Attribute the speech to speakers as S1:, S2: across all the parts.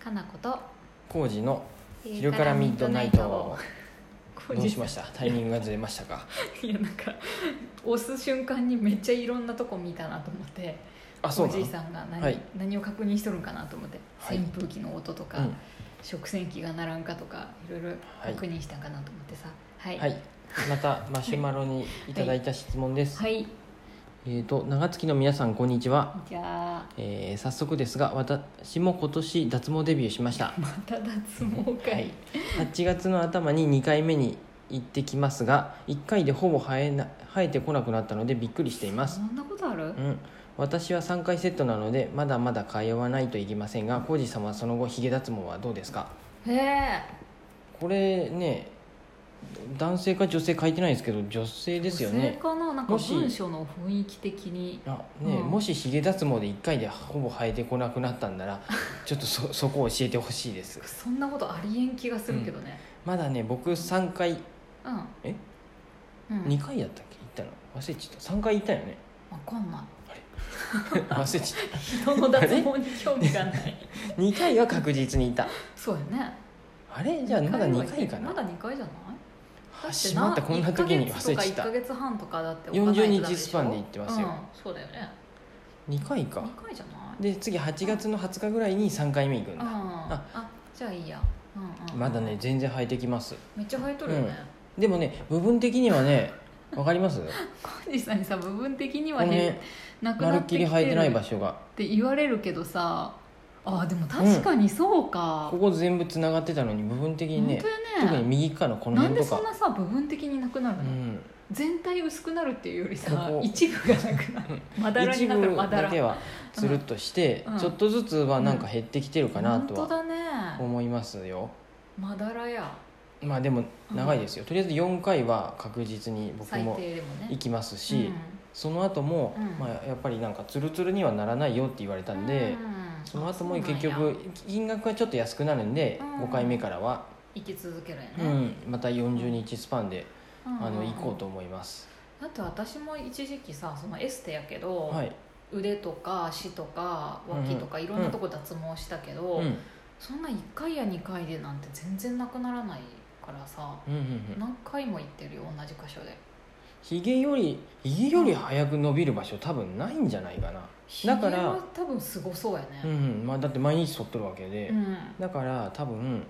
S1: 花子と
S2: 工事の昼からミッドナイトどうしま したタイミングがずれましたか
S1: いやなんか押す瞬間にめっちゃいろんなとこ見たなと思って
S2: あそう
S1: お
S2: な
S1: じ
S2: の
S1: いさんが何,、
S2: はい
S1: 何を確認しとるんかなと思って、
S2: はい
S1: 扇風機の音とか、
S2: うん
S1: 食洗機がならんかとかいろいろ
S2: はい
S1: 確認したんかなと思ってさはい
S2: はいまたマシュマロにいただいた質問です、
S1: はい
S2: えっ、と長月の皆さんこんにちは、
S1: じゃあ
S2: えー早速ですが私も今年脱毛デビューしました
S1: また脱毛会、
S2: はい、8月の頭に2回目に行ってきますが1回でほぼ生えな生えてこなくなったのでびっくりしています
S1: そんなことある
S2: うん、私は3回セットなのでまだまだ通わないといけませんが浩司様はその後ヒゲ脱毛はどうですか
S1: へえ
S2: これね男性か女性書いてないですけど女性ですよ
S1: 女性
S2: ね
S1: かななんか
S2: もし
S1: 文章の雰囲気的に
S2: あね、
S1: うん
S2: もしヒゲ脱毛で1回でほぼ生えてこなくなったんならちょっとそ そこを教えてほしいです
S1: そんなことありえん気がするけどね
S2: まだね僕3回
S1: うん、
S2: え
S1: うん、
S2: 2回やったっけ行ったの忘れちゃった3回行ったよ ね
S1: わかんない
S2: 忘れちゃっ
S1: 人の脱毛に興味がない
S2: た2回は確実にいた
S1: そうやね
S2: あれじゃあまだ
S1: 二は
S2: 2回かな
S1: まだ2回じゃない
S2: あしまったこんな時に忘れちゃっ
S1: 1
S2: た
S1: か月半とかだって置かないとダメ
S2: 40
S1: でしょ
S2: 日スパンで行ってますよ、
S1: うん、そうだよね
S2: 2回か
S1: 2回じゃない
S2: で次8月の20日ぐらいに3回目行くん
S1: うん
S2: だ
S1: あじゃあいいや、うんうん、
S2: まだね全然生えてきます
S1: めっちゃ生えとるよね、
S2: でもね部分的にはねわかり ます
S1: コージさんにさ部分的に
S2: こ
S1: は
S2: の辺
S1: ねなく
S2: ま
S1: な
S2: る
S1: っ
S2: ってき
S1: きて
S2: り
S1: る
S2: 生えてない場
S1: っ
S2: 所が
S1: て言われるけどさあでも確かにそうか、
S2: ここ全部つながってたのに部分的に
S1: 本
S2: ね
S1: 当
S2: 特
S1: や
S2: に
S1: ね
S2: 右側のこの
S1: なん
S2: 辺
S1: で
S2: と
S1: そ
S2: か
S1: んなさ部分的になくなる
S2: う
S1: の、
S2: ん、
S1: 全体薄くなるっていうよりさ
S2: ここ
S1: 一部がなくなるまだらに
S2: 一
S1: なったら
S2: 部
S1: まだ
S2: だ
S1: ら
S2: けはつるっとして、
S1: うん
S2: ちょっとずつはなんか減ってきてるかなと
S1: 本当だ
S2: は
S1: ね
S2: 思いますよ、
S1: まだらや
S2: まあでも長いですよ、とりあえず4回は確実に僕
S1: 最
S2: も
S1: 低でもね
S2: 行きますし、その後も、
S1: うん
S2: まあ、やっぱりなんかツルツルにはならないよって言われた
S1: うん
S2: んで、
S1: うん
S2: その後も
S1: あそうな
S2: 結
S1: んや
S2: 局金額はちょっと安くなるんで、
S1: うん
S2: 5回目からは、
S1: 生き続けるよね
S2: う、ん、また40日スパンで、
S1: うん
S2: あの行こうと思います、
S1: だって私も一時期さそのエステやけど、
S2: はい、
S1: 腕とか足とか脇とかいろんなとこ脱毛したけど、
S2: うん、うん
S1: そんな1回や2回でなんて全然なくならないからさ
S2: うんうん
S1: 何回も行ってるよ同じ箇所で
S2: ひげよりひげより早く伸びる場所多分ないんじゃないかな、だか
S1: ひげ
S2: ら
S1: は多分すごそうや
S2: うん
S1: ね
S2: うんまあ、だって毎日剃ってるわけで、
S1: うん
S2: だから多分
S1: うん、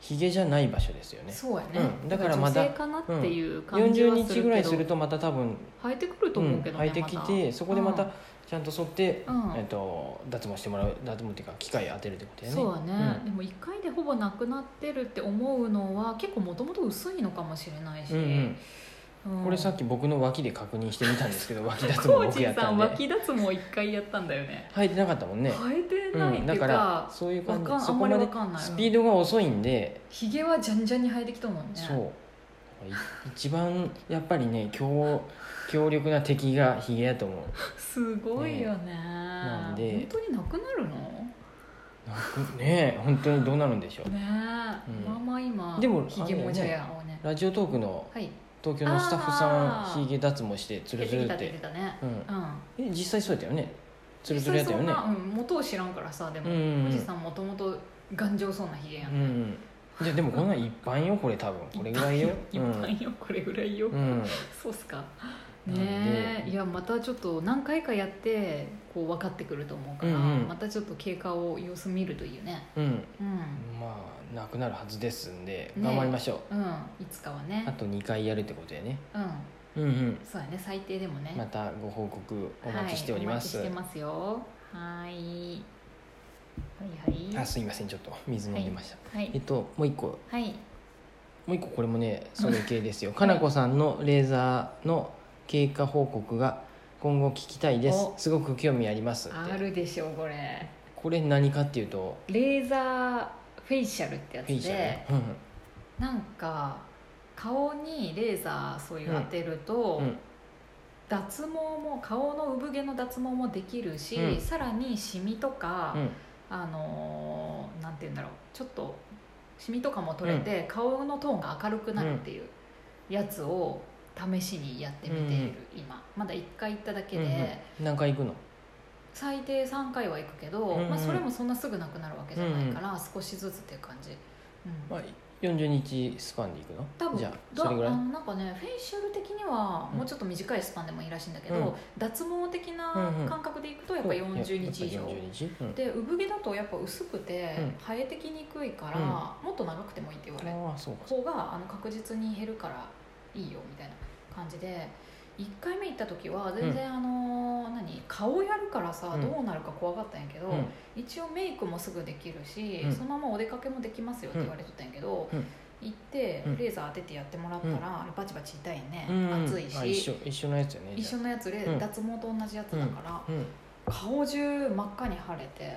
S2: ひげじゃない場所ですよね
S1: そうやね、
S2: うんだからまだ
S1: 女性かなっていう感じは
S2: 40
S1: するけど、
S2: 日ぐらいするとまた多分
S1: 生えてくると思うけどね、
S2: うん生えてき
S1: また
S2: てそこでま
S1: う
S2: た
S1: ん
S2: ちゃんと剃って、
S1: うん
S2: えっと、脱毛してもらう脱毛っていうか機械当てるってことやね
S1: そうだね、でも1回でほぼなくなってるって思うのは結構もともと薄いのかもしれないし、
S2: うん、うん
S1: う
S2: うんん、これさっき僕の脇で確認してみたんですけど脇脱毛
S1: コー
S2: 僕
S1: チ
S2: や
S1: ン
S2: っ
S1: さ
S2: た
S1: ん
S2: んで
S1: 脇脱毛1回や ったんだよね
S2: 生えてなかったもんね
S1: 生えて
S2: う
S1: ないって
S2: ん、だ
S1: いう
S2: から
S1: か,、
S2: そういう感
S1: わかん
S2: じそこま
S1: あんまり
S2: で
S1: わかんない
S2: スピードが遅いんで、
S1: ひげはじゃんじゃんに生えてきたもんね
S2: そうい一番やっぱりね強強力な敵がヒゲやと思う
S1: すごいよね
S2: んで
S1: 本当になくなるの
S2: なんかねえ本当にどうなるんでしょう
S1: ねえ、
S2: うん
S1: まあまあ今
S2: でも
S1: ひげもじゃやをね
S2: ラジオトークの
S1: はい
S2: 東京のスタッフさ
S1: あ
S2: ん
S1: ー
S2: ヒゲ脱毛してツ
S1: 出
S2: ル
S1: て
S2: ツ
S1: き
S2: ルった
S1: 出て
S2: て
S1: きたね
S2: うん
S1: うん
S2: え実際そうやったよねツルツルやったよ
S1: 実
S2: ね
S1: 際そんな、うん、元を知らんからさでも
S2: うんうんうん
S1: 富士山もともと頑丈そうなひげや
S2: うん
S1: ん、
S2: うんじゃあでもこんなん一般よこれ多分これぐらい よ
S1: 一般よこれぐらいよ、
S2: うん、うん、
S1: そうっすか
S2: なんで
S1: ねえいやまたちょっと何回かやってこう分かってくると思うから、
S2: うんうん
S1: またちょっと経過を様子見るといいよね
S2: うん、
S1: うん、
S2: まあなくなるはずですんで
S1: ね
S2: 頑張りましょう、
S1: うん、いつかは
S2: あ
S1: ね
S2: と2回やるってことやね
S1: うん
S2: うんうん
S1: そうやね最低でもね
S2: またご報告お待ちしております、
S1: はい、お待ちしてますよはいはいは
S2: あ
S1: い
S2: すいませんちょっと水飲んでました、
S1: は
S2: え
S1: い
S2: っともう一個
S1: はい
S2: もう一個これもねそれ系ですよかなこさんのレーザーの経過報告が今後聞きたいです
S1: お
S2: すごく興味ありますって
S1: あるでしょうこれ
S2: これ何かっていうと
S1: レーザーフェイシャルってやつ
S2: フェイシャ
S1: で
S2: ル、うん
S1: なんか顔にレーザーそういう当てると、
S2: うんうん
S1: 脱毛も顔の産毛の脱毛もできるし、
S2: うん
S1: さらにシミとか、
S2: うん
S1: あのーなんて言うんだろうちょっとシミとかも取れて、顔のトーンが明るくなるっていうやつを試しにやってみている、今まだ1回行っただけで、
S2: うんうん何回行くの
S1: 最低3回は行くけど、
S2: うんうん
S1: まあ、それもそんなすぐなくなるわけじゃないから、少しずつっていう感じ、うん
S2: まあ、40日スパンでいくの
S1: 多分
S2: じゃあ
S1: だ
S2: それぐらい
S1: あのなんかねフェイシャル的には
S2: うん
S1: もうちょっと短いスパンでもいいらしいんだけど、
S2: うん
S1: 脱毛的な
S2: うんうん
S1: 感覚でいくとやっぱ
S2: うん
S1: 40日以上、
S2: やっぱ40日、うん
S1: で産毛だとやっぱ薄くて
S2: うん
S1: 生えてきにくいから、
S2: うん
S1: もっと長くてもいいって言われ
S2: ああそうか
S1: た方があの確実に減るからいいよみたいな感じで1回目行った時は全然あのー何顔やるからさ
S2: うん
S1: どうなるか怖かったんやけど、
S2: うん
S1: 一応メイクもすぐできるし、
S2: うん
S1: そのままお出かけもできますよって言われとったんやけど、
S2: うん
S1: 行って
S2: うん
S1: レーザー当ててやってもらったら、
S2: うん
S1: あれバチバチ痛いね、
S2: うん
S1: 熱い
S2: あ一
S1: し
S2: 緒一緒のやつよね
S1: 一緒
S2: の
S1: のやつで、
S2: うん
S1: 脱毛と同じやつだから、
S2: うん
S1: 顔中真っ赤に腫れて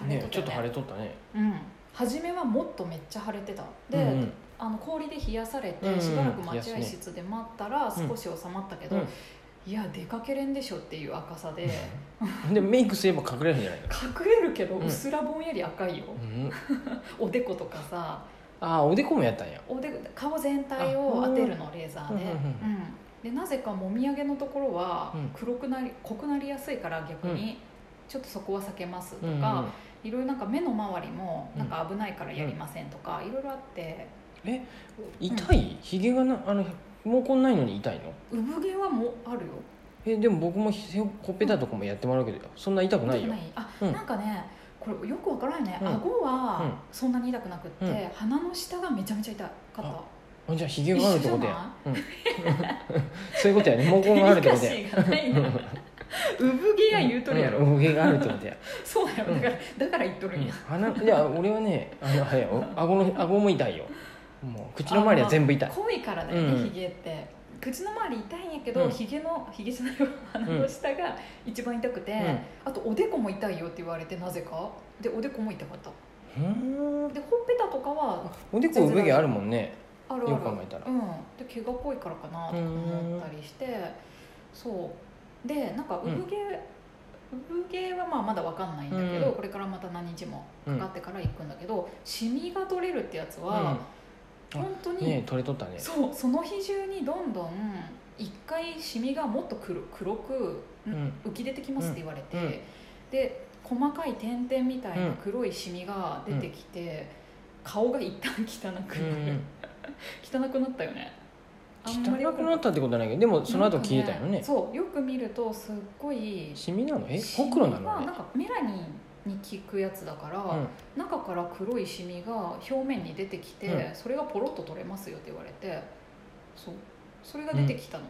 S1: 腫れ
S2: ね
S1: とった
S2: ちょっと
S1: よ
S2: 腫れとったね
S1: うん初めはもっとめっちゃ腫れてたで、
S2: うんうん
S1: あの氷で冷やされて、
S2: うんうん
S1: しばらく待
S2: 冷やす
S1: 合
S2: ね
S1: 室で待ったら
S2: うん
S1: 少し収まったけど、
S2: うん
S1: いや出かけれんでしょっていう赤さで
S2: でメイクすれば隠れるんじゃないの、
S1: 隠れるけど
S2: うん
S1: うすらぼんやり赤いよ、
S2: うん、
S1: おでことかさ
S2: ああおでこもやったんや
S1: おで顔全体を当てるのレーザーで,、
S2: うんうん
S1: うんでなぜかもみあげのところは
S2: うん
S1: 黒くなり濃くなりやすいから逆に、ちょっとそこは避けますとか、
S2: うんうん
S1: いろいろなんか目の周りも
S2: うん
S1: なんか危ないからやりませんとか、いろいろあって
S2: 痛いひげがなあの毛根ないのに痛いの
S1: 産毛はもうあるよ
S2: えでも僕もひほっぺたとかもやってもらうけどそんな痛くないよ
S1: あ、
S2: うん
S1: なんかねこれよくわからないね、
S2: うん
S1: 顎
S2: う
S1: は
S2: ん
S1: そんなに痛くなくって、
S2: うん
S1: 鼻の下がめちゃめちゃ痛かった
S2: ああじゃあひげがあるってことや、うん、 そういうことやね毛
S1: デ
S2: 根
S1: リ
S2: があるって
S1: カ
S2: こ と
S1: シ
S2: や
S1: ーがないな産毛や言うとるやろ、
S2: うんうんひげがあるってことや、
S1: そうやろだから、だから言っと
S2: う
S1: るん
S2: ん、
S1: や、
S2: 鼻いや俺はねあのあれやお顎の顎も痛いよもう口の周りは全部痛い
S1: 濃いからだよね、
S2: うん
S1: ヒゲって口の周り痛いんやけど、
S2: うん
S1: ヒゲのヒゲじゃないわ鼻の下が一番痛くて、あとおでこも痛いよって言われてなぜかでおでこも痛かった
S2: うん
S1: でほっぺたとかは
S2: おでこ産毛あるもんね
S1: あるある
S2: よく考えたら
S1: うん、で毛が濃いからかなとか思ったりしてそうでなんか
S2: うん
S1: 産毛、産毛はまあまだわかんないんだけど、
S2: うん
S1: これからまた何日も
S2: う
S1: か
S2: ん
S1: かってから行くんだけど、シミが取れるってやつ
S2: うん
S1: は、本当に、
S2: ね取れとったね
S1: そうその日中にどんどん一回シミがもっと黒黒く
S2: うん
S1: 浮き出てきますって言われて、
S2: うんうん
S1: で細かい点々みたいな
S2: うん
S1: 黒いシミが出てきて、顔が一旦汚く
S2: う
S1: なる、
S2: ん
S1: 汚くなったよね
S2: 汚くな
S1: よ
S2: っ
S1: く
S2: たってことはないけどでもその後消えたよ
S1: なんか
S2: ね
S1: そうよく見るとすっごい
S2: シミなのえ
S1: シ
S2: ほ
S1: ミ
S2: くろ
S1: が
S2: なのあれ
S1: なんかメラニンに効くやつだから、中から黒いシミが表面に出てきて、
S2: う
S1: それがポロッと取れますよって言われてそうそれが出てきたの、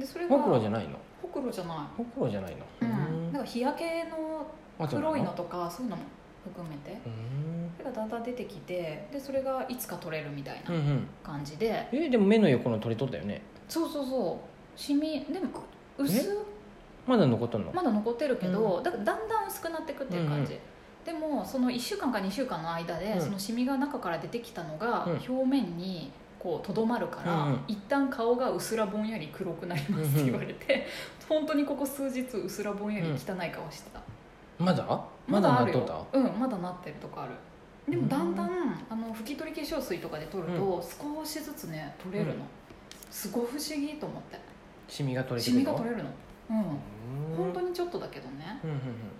S1: でそれ
S2: うん
S1: が
S2: ほくろじゃないの
S1: ほくろじゃな
S2: ほくろじゃないの
S1: い、うん
S2: う
S1: なんか日焼けの
S2: あとな
S1: 黒いのとかそういうのも含めて
S2: うん
S1: それがだんだん出てきてでそれがいつか取れるみたい
S2: うんう
S1: なん感じで、
S2: えでも目の横の取れとったよね
S1: そうそうそうシミでも薄
S2: まだ残っとんの
S1: まだ残ってるけど、だからだんだん薄くなってくっていう感じ、でもその1週間か2週間の間で、
S2: うん
S1: そのシミが中から出てきたのが
S2: うん
S1: 表面にこうとどまるから、
S2: うんうん
S1: 一旦顔がうすらぼんやり黒くなりますって言われて、本当にここ数日うすらぼんやり汚い顔してた、
S2: まだ
S1: ま
S2: まだ
S1: だあ
S2: な
S1: る
S2: っと
S1: よ
S2: った
S1: うんまだなってるとこあるでもだんだん、あの拭き取り化粧水とかで取ると少しずつね取れるの、
S2: うん
S1: すごい不思議と思って
S2: シミが取れて
S1: シ
S2: くる
S1: ミ
S2: の
S1: が取れるのうん本当
S2: に
S1: にちょっとだけどね
S2: うんう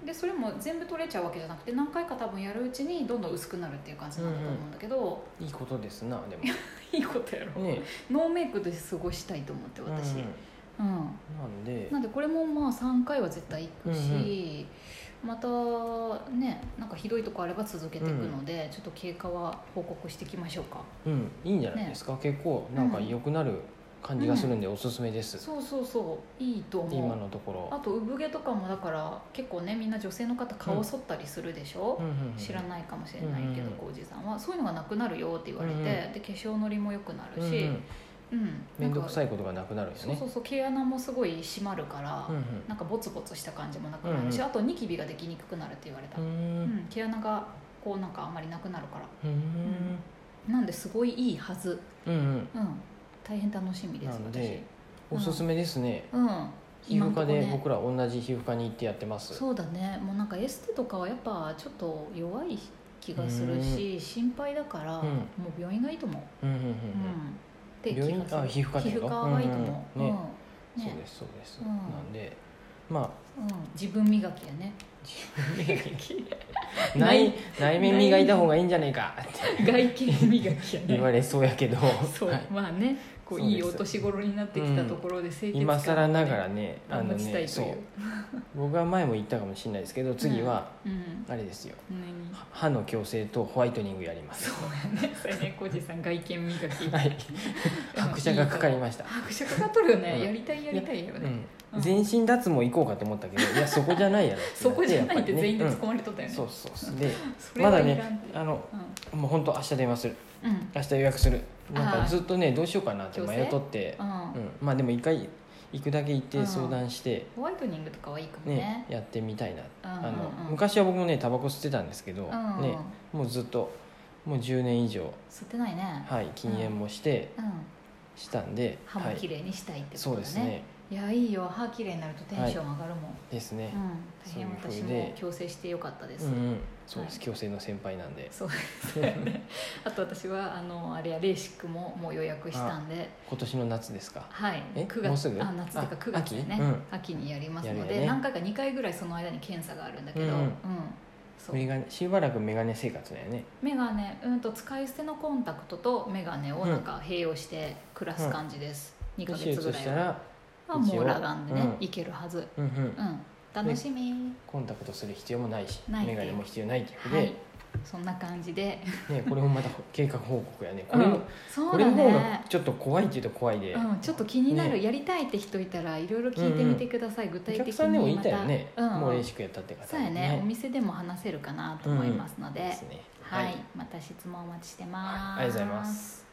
S2: ん
S1: でそれも全部取れちゃうわけじゃなくて何回か多分やるうちにどんどん薄くなるっていう感じなんだと思うんだけど、
S2: うんいいことですなでも
S1: いいことやろ
S2: ね
S1: ノーメイクで過ごしたいと思って私、
S2: うん
S1: う
S2: うんなんで
S1: なんでこれもまあ3回は絶対行くし、またねなんかひどいとこあれば続けていくので、ちょっと経過は報告していきましょうか
S2: うんいいんじゃないですか結構なんか
S1: うん
S2: 良くなる感じがするんでおすすめです
S1: そうそうそういいと
S2: 今
S1: 思う
S2: のとこ
S1: あ
S2: ろ
S1: と産毛とかもだから結構ねみんな女性の方顔剃ったりするでしょ、
S2: うんうんうん
S1: 知らないかもしれないけど
S2: うん
S1: 浩司、さんはそういうのがなくなるよって言われて、
S2: うんうん
S1: で化粧のりも良くなる
S2: うんう
S1: し
S2: ん
S1: うん
S2: 面倒くさ
S1: い
S2: いことがなくなるよ
S1: そう
S2: ね
S1: そうそう毛穴もすごい締まるから、
S2: うんうん
S1: なんかボツボツした感じもなくなるし、
S2: うん
S1: あとニキビができにくくなるって言われた、
S2: う
S1: うん
S2: ん
S1: 毛穴がこうなんかあんまりなくなるから
S2: うん
S1: なんですごいいいはず
S2: うんうん
S1: うん大変楽しみです
S2: なん
S1: 私
S2: でおすすめですね
S1: うん
S2: 皮膚科
S1: 今んとこ
S2: で
S1: ね
S2: 僕ら同じ皮膚科に行ってやってます
S1: そうだねもうなんかエステとかはやっぱちょっと弱い気がするし、心配だから、
S2: うん
S1: もう病院がいいと思う
S2: うんうんうん
S1: うん、
S2: 病院
S1: 気がする
S2: あ皮膚科ってこ
S1: 皮
S2: と
S1: 膚科がいいと思う、
S2: うんうんね
S1: うん
S2: そう
S1: ね
S2: ですそうです
S1: うん
S2: なんでまあ
S1: うん、自分磨きやね
S2: 内内面磨いた方がいいんじゃないかって
S1: 外見磨きや
S2: 言わ
S1: ね
S2: れそうやけど
S1: そう、
S2: はい
S1: まあねこう
S2: そうです
S1: いいお年頃になってきたところで清潔
S2: 今更
S1: 感をね
S2: ながらねあの
S1: 保ちたい
S2: ね
S1: と
S2: そ
S1: いう
S2: う僕は前も言ったかもしれないですけど次は
S1: うん、
S2: あれですよ
S1: 何
S2: 歯の矯正とホワイトニングやります
S1: そうやねそれねコージさん外見磨き
S2: はい拍車がかかり
S1: ま
S2: ました
S1: 拍車かかっとるよね、
S2: うん
S1: やりたいやりたいよね、
S2: うん全身脱毛行こうかと思っ たけどいやそこじゃないやろ
S1: そこじゃないって全員で
S2: や
S1: 突っ
S2: ぱ
S1: 込まれとった
S2: り
S1: よ
S2: ねうん
S1: ね、
S2: そうそうそうで
S1: それ
S2: ま
S1: は
S2: だ
S1: いらん
S2: ね
S1: って
S2: あの
S1: うん
S2: もう本当明日電話する
S1: うん
S2: 明日予約するなん
S1: あ
S2: か
S1: ー
S2: ずっとねどうしようかなって
S1: 矯正
S2: 迷っとって
S1: うん
S2: うんまあでも一回行くだけ行って相談して
S1: ホワイトニングとかはいいかも
S2: ね
S1: ね
S2: やってみたいな
S1: うんうんうん
S2: あの昔は僕もねタバコ吸ってたんですけ
S1: う
S2: ど
S1: ん、
S2: ねもうずっともう10年以上
S1: 吸ってないね、
S2: はい禁煙もして
S1: うん、
S2: したんで
S1: 歯
S2: は
S1: も
S2: い
S1: 綺麗にしたいってこ
S2: そ
S1: とだ
S2: う
S1: ね,、
S2: ですね
S1: いやいいよ歯綺麗になるとテンション上がるもん、
S2: ですね
S1: うん、大変
S2: そうい
S1: 私
S2: う風で
S1: も矯正してよかったです、
S2: うんうんそうです
S1: はい
S2: 矯正の先輩なんで
S1: そう ですねあと私はあのあれやレーシックももう予約したんで
S2: 今年の夏ですか
S1: はい
S2: え
S1: 9
S2: もう
S1: 月
S2: すぐ
S1: あ夏っていうか
S2: あ
S1: 9月でね
S2: 秋うん
S1: 秋にやります
S2: や
S1: の
S2: る
S1: で、
S2: よね
S1: 何回か2回ぐらいその間に検査があるんだけど、
S2: う
S1: うんん
S2: うん
S1: そう
S2: メガネしばらくメガネ生活だよね
S1: メガネうんと使い捨てのコンタクトとメガネをなんか併用して暮らす感じです、二
S2: で
S1: ヶ
S2: 手
S1: 月
S2: 術
S1: ぐ
S2: した
S1: らいは
S2: ら
S1: あもう裸眼でね、
S2: うん
S1: いけるはず
S2: うんうん
S1: うん楽しみ
S2: コンタクトする必要もないし
S1: ないってい
S2: メ
S1: う
S2: ガネも必要ないっていうの
S1: は
S2: で
S1: いそんな感じで
S2: ねこれもまた計画報告や ねこれ
S1: うん
S2: も
S1: そ
S2: こ
S1: う
S2: れ
S1: だ
S2: の方が
S1: ね
S2: ちょっと怖いっていうと怖いで
S1: うん、ちょっと気になる、
S2: ね
S1: やりたいって人いたらいろいろ聞いてみてください、具
S2: お
S1: 体的
S2: 客
S1: に
S2: さんでもいたよね
S1: またうん、
S2: もうレーシックやったって方
S1: そうやねお店でも話せるかなと思いますので、
S2: ですね
S1: はい、
S2: はい
S1: また質問お待ちしてます、
S2: ありがとうございます